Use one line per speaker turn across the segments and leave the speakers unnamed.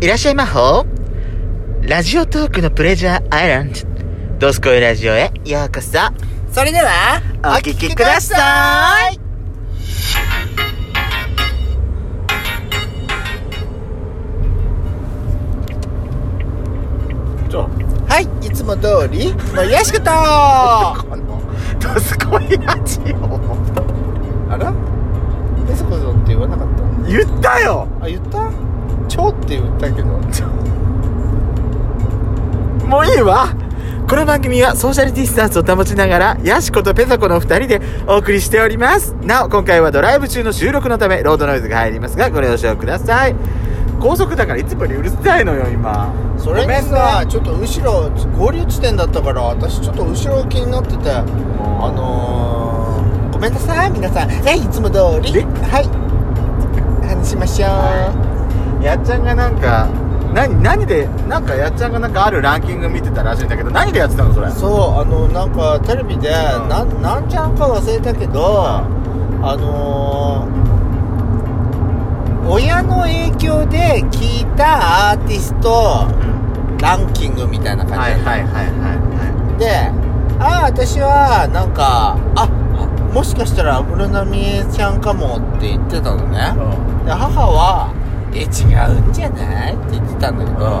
いらっしゃいまほラジオトークのプレジャーアイランドドスコイラジオへようこそ
それでは
お聞きください
じゃあ
はいいつも通りもうよしこと
このドスコイラジオ
あらえそこぞって言わなかった
言ったよ
あ言った超って言った けど
もういいわこの番組はソーシャルディスタンスを保ちながら、ヤシコとペソコの二人でお送りしております。なお、今回はドライブ中の収録のため、ロードノイズが入りますが、ご了承ください。高速だからいつもよりうるさいのよ、今。
それ
ご
に
めん
さ、
ね
ちょっと後ろ合流地点だったから私ちょっと後ろ気になっててあのー、ごめんなさい皆さんはいいつも通り
え
はい話しましょう、
やっちゃんがなんか、何、何で、なんかやっちゃんがなんかあるランキング見てたらしいんだけど、何でやってたの、それ。
そうあのなんかテレビで、なん、なんちゃんか忘れたけど、あのー、親の影響で聞いたアーティストランキングみたいな感じ、
はいはいはいはいは
でああ私はなんかあもしかしたら安室奈美恵ちゃんかもって言ってたのね
い。
で母は「え違うんじゃない?」って言ってたんだけど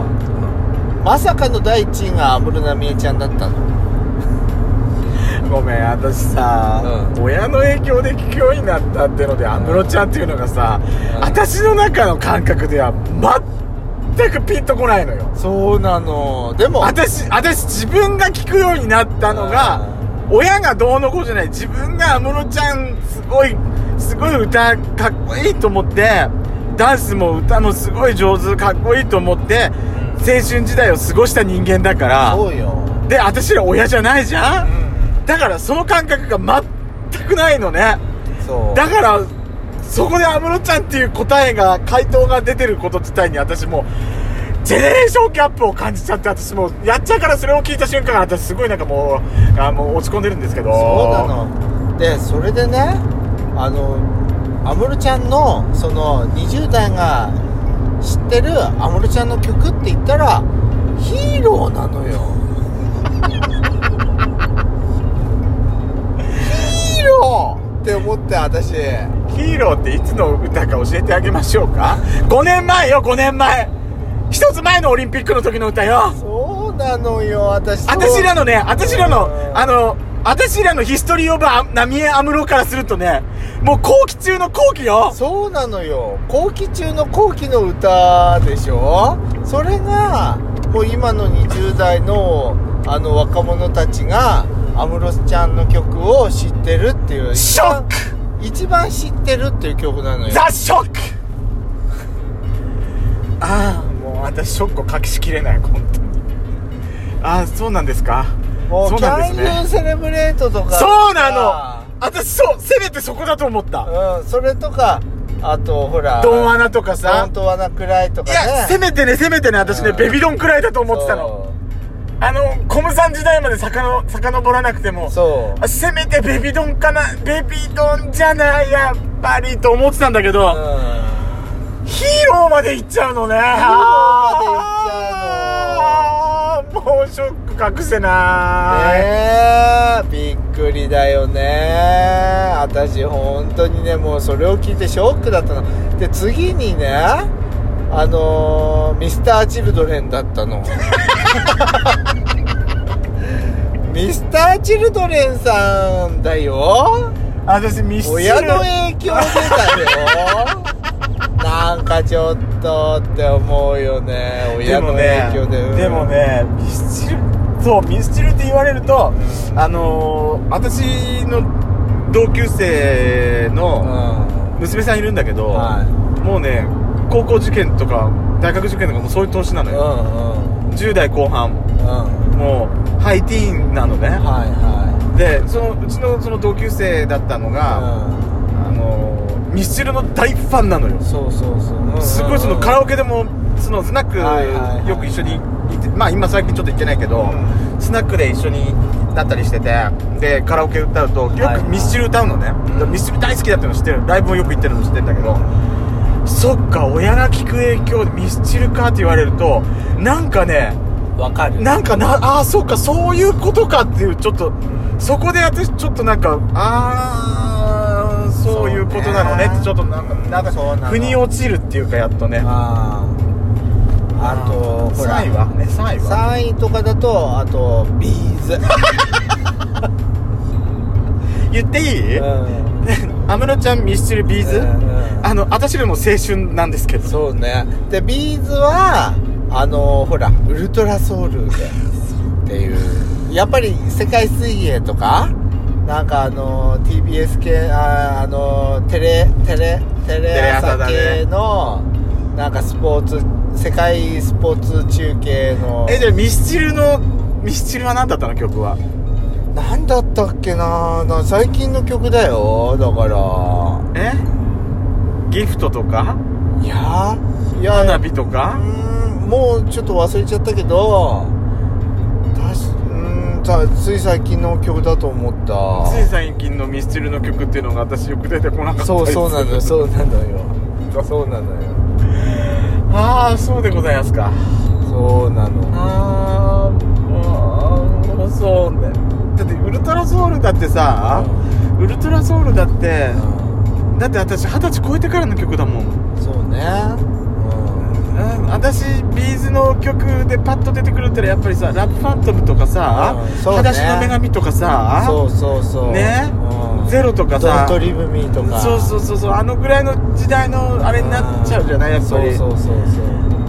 まさかの第一位が安室奈美恵ちゃんだったの
ごめん私さ、親の影響で聞くようになったってので安室ちゃんっていうのがさ、
うん
私の中の感覚では全くピンとこないのよ
そうなのでも
私私自分が聞くようになったのが親がどうのこうじゃない自分が安室ちゃんすごいすごい歌かっこいいと思ってダンスも歌もすごい上手かっこいいと思って青春時代を過ごした人間だから
そうよ
で私ら親じゃないじゃん、だからその感覚が全くないのね
そう
だからそこで安室ちゃんっていう答えが回答が出てること自体に私もうジェネレーションギャップを感じちゃって私もうやっちゃうからそれを聞いた瞬間私すごいなんかもうあもう落ち込んでるんですけど
そうなのでそれでねあの安室ちゃんのその20代が知ってる安室ちゃんの曲って言ったらヒーローなのよヒーローって思って私
ヒーローっていつの歌か教えてあげましょうか5年前よ5年前一つ前のオリンピックの時の歌よ
そうなのよ私
私らのね、私らの
う、ん
あの、私らのヒストリーオブアナミエアムロからするとね、もう後期中の後期よ
そうなのよ後期中の後期の歌でしょそれがもう今の20代のあの若者たちが安室ちゃんの曲を知ってるっていう
ショック
一番知ってるっていう曲なのよ
ザ・ショックああ、もう私ショックを隠しきれない、本当に。ああ、そうなんですか
もう
そう
キ
なんで
ャン
す
ユ
ね
ーセレブレートとか
そうなの私そう、せめてそこだと思った。
のうんそれとかあとほら
ドンアナとか
ド
さ
ン。とはなくらいと
い
かね
や、せめてね、せめてね、私ね、
うん
ベビドンくらいだと思ってたの。あの、コムさん時代までさかの遡らなくても。
そう
あせめてベビドンかなベビドンじゃないやっぱりと思ってたんだけ
そう、
ど、
うん
ヒーローまで行っちゃうのねヒーー
ロ
まで行っちゃうのもうショック隠せない、
ねえびっくりだよね私本当にねもうそれを聞いてショックだったので次にねあのー、ミスター・チルドレンだっ たのミスター・チルドレンさんだよ
私ミスチル
親の影響 出たよなんかちょっとって思うよね
で
親
も
の
ね
影響でうん
でもねミスチルそうミスチルって言われると、
うん
あのー、私の同級生
うん
の娘さんいるんだけど、
はい
もうね高校受験とか大学受験とかもうそういう年なの
う
よ、
んうん
10代後半
は
もうハイティーンなの
い
ね
は
でそのうちのその同級生だったのが、
い、
あのーミスチルの大ファンなのよ
うん、そうそうそう、うんうんうん
すごいそのカラオケでもそのスナック
はいはいはい
よく一緒に行ってまあ今最近ちょっと行ってないけど、
う
スナックで一緒になったりしててでカラオケ歌うとよ
はい
くミスチル歌うのね、
うん
ミスチル大好きだっての知ってるライブもよく行ってるの知ってるんだけどそっか親が聞く影響でミスチルかって言われるとなんかね
わかる
なんかなああそっかそういうことかっていうちょっとそこで私ちょっとなんかああそういうことなのねってちょっとなんかなんか
そうなの
腑に落ちるっていうかやっとね
あーあとほら
3位はね3位は
3位とかだとあとビーズ、
言っていい
うん
安室ちゃんミスチルビーズ、
うんうん
あの私らも青春なんですけど
そうねでビーズはあのほらウルトラソウル でっていうやっぱり世界水泳とかなんかあの TBS 系ああのテレテレテレ朝系の、なんかスポーツ世界スポーツ中継の
えじゃあミスチルのミスチルは何だったの曲は
なんだったっけなな最近の曲だよだから
えギフトとか
いやいや
花火と
う
か
ーんもうちょっと忘れちゃったけどたしうーんたつい最近の曲だと思った
つい最近のミスチルの曲っていうのが私よく出てこなかったです
そうそうなのよそうなのよそうなのよ
ああそうでございますか
そうなの
あーあーそうねだってウルトラソウルだってさウルトラソウルだってだって私二十歳超えてからの曲だもん
そうね
うん私ビーズの曲でパッと出てくるってのはやっぱりさ「ラブファントム」とかさ
う
「
んそうね
裸足の女神」とかさ
そうそうそう
ね
うん
ゼロとかさ
ドントリブミーとか
そうそうそうそうあのぐらいの時代のあれになっちゃうじゃないやっぱり
そうそうそうそう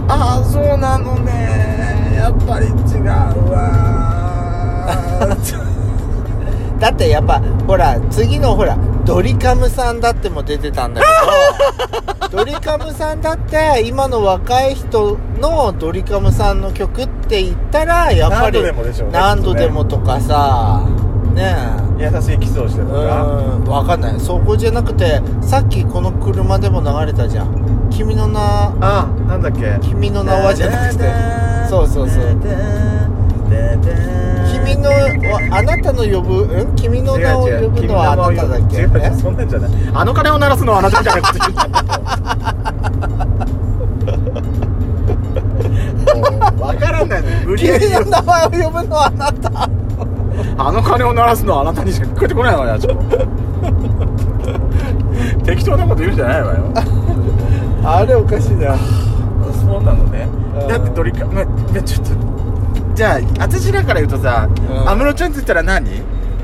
ああそうなのねやっぱり違うわ
だってやっぱほら次のほらドリカムさんだっても出てたんだ けどドリカムさんだって今の若い人のドリカムさんの曲って言ったらやっぱ
何
り
度でもでしょうね
何度でもとかさねえ
優しいキスをして
う
とか
ん分かんないそこじゃなくてさっきこの車でも流れたじゃん「君の名
ああなんだっけ
君の名は」じゃなくてそうそうそう君のあなたの呼ぶん君の名を呼ぶのはあなただっけ
違う違うそんなんじゃないあの鐘を鳴らすのはあなたじゃなくて言うんだよわからないのよ無理やり
君の名前を呼ぶのはあなた
あの鐘を鳴らすのはあなたにしか聞こえてこないわよちょっと適当なこと言うんじゃないわよ
あれおかしいな
そうなのね
うん
だってドリカままちょっとじゃあ私らから言うとさ
うん
安室、ちゃんって言ったら何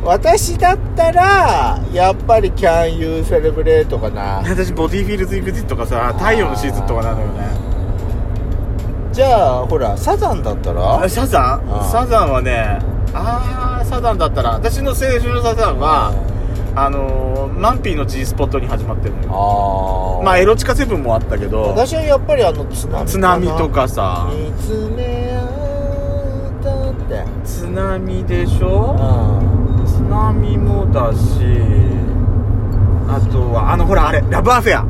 私だったらやっぱり「Can You Celebrate」かな
私ボディフィールズ・イグジットとかさ太陽のシーズンとかなのよね
じゃあほらサザンだったら
あサザン
あー
サザンはねあーサザンだったら私の青春のサザンはあのー、マンピーの G スポットに始まってるのよ
あ
まあ
あ
エロチカセブンもあったけど
私はやっぱりあの津波な
津波とかさ
見つめ合ったって
津波でしょ
うん
津波もだしあとはあのほらあれラブアフェア
あああ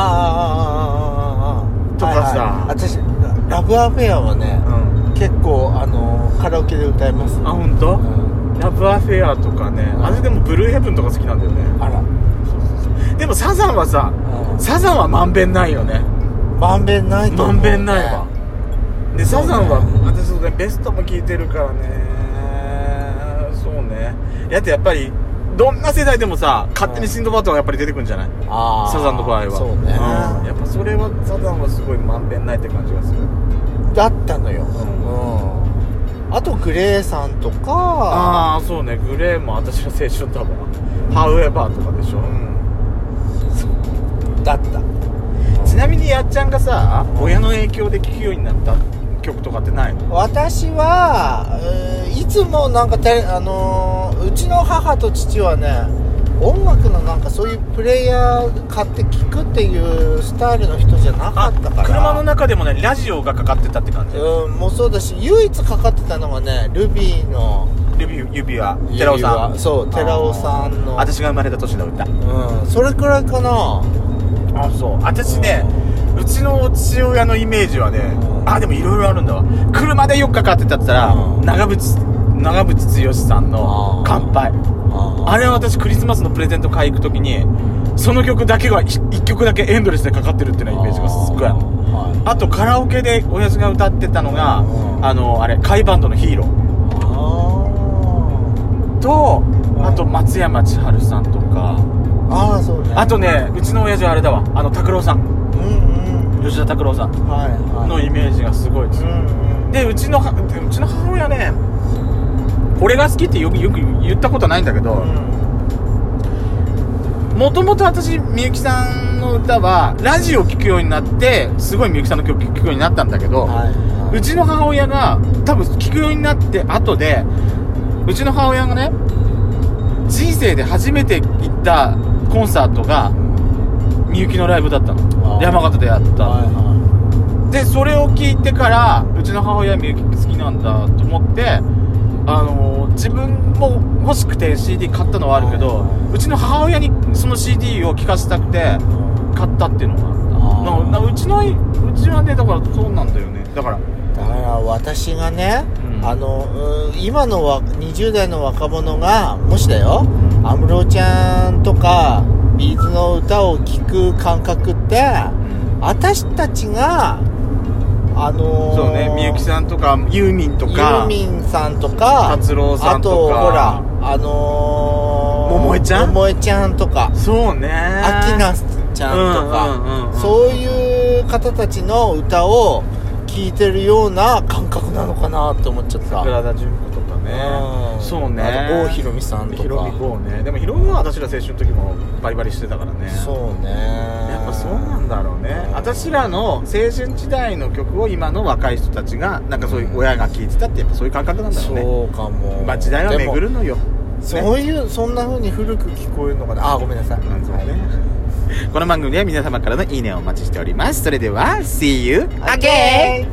ああああああ
とかさ
はいはい私ラブアフェアはね
うん
結構あのカラオケで歌います
あ本当、
うん
ラブアフェアとかねあれでもブルーヘブンとか好きなんだよね
あら
でもサザンはさ
うん
サザンはまんべんないよね
まんべんないと
ま
思うんね
べんないわでサザンは
そうね
私そうねベストも聴いてるからねそうねだってやっぱりどんな世代でもさ勝手にシンドバッドがやっぱり出てくるんじゃない
あー
サザンの場合は
そうね、
んやっぱそれはサザンはすごいまんべんないって感じがする
だったのよ、
ん
あとグレーさんとか
ああそうねグレーも私の青春だわハウエバーとかでしょ、
だった
ちなみにやっちゃんがさ親の影響で聴くようになった曲とかってないの
私は、えーいつもなんかテレあのーうちの母と父はね音楽のなんかそういうプレイヤー買って聴くっていうスタイルの人じゃなかったから
車の中でもねラジオがかかってたって感じ、
うんもうそうだし唯一かかってたのがねルビーの
指指輪寺尾さん
そう寺尾さんの
私が生まれた年の歌
うんそれくらいかな
あそう私ねうちの父親のイメージはね
うん
あでもいろいろあるんだわ車でよくかかってたって言ったら
うん
長渕長渕剛さんの
あー
「乾杯」
あ
あれは私クリスマスのプレゼント買い行く時にその曲だけが1曲だけエンドレスでかかってるっていうようなイメージがすっごいあるの
は
あとカラオケで親父が歌ってたのが
うん
あのあれ甲斐バンドの「ヒーローと」
うん
あと松山千春さんとか
あーあーそうね
あとねうちの親父はあれだわあの拓郎さん
うんうん
吉田拓郎さん
はいはい
のイメージがすごいです
うんうん
でうちのはうちの母親ね俺が好きってよくよく言ったことないんだけど
うん
もともと私みゆきさんの歌はラジオ聴くようになってすごいみゆきさんの曲聴くようになったんだけど、
はいう
ちの母親が多分聞くようになって後でうちの母親がね人生で初めて行ったコンサートがみゆきのライブだった
あ
の
ー
山形でやった、
はいは
でそれを聞いてからうちの母親はみゆき好きなんだと思ってあのー自分も欲しくて CD 買ったのはあるけど、
はいう
ちの母親にその CD を聴かせたくて
いうん
買ったっていうのが
あー
あったななうちのうちはねだからそうなんだよねだから
だから私がね、
うん
あのうん今のわ20代の若者がもしだよ安室ちゃんとかビーズの歌を聴く感覚って私たちがあのー
そうね、みゆきさんとか、ユーミンとか、
ユーミンさんとか
達郎さんとか
あとほらあのー、
桃江ちゃん
桃江ちゃんとか
そうね。
アキナスちゃんとか、
うんうんうんうん
そういう方たちの歌を聴いてるような感覚なのかなって思っちゃった、
桜田淳子とか
う
ね
ん。
そうね。
あと郷ひろみさんとか
ひろみ郷ね。でもひろみは私ら青春の時もバリバリしてたからね。
そうね
やっぱそうなんだろうね。私らの青春時代の曲を今の若い人たちが、なんかそういう親が聴いてたって、やっぱそういう感覚なんだろうね。
そうかも
まあ時代は巡るのよ。
でもそういうそんな風に古く聞こえるのかなあごめんなさい、
なんですよね。この番組では皆様からのいいねをお待ちしております。それでは、See you again!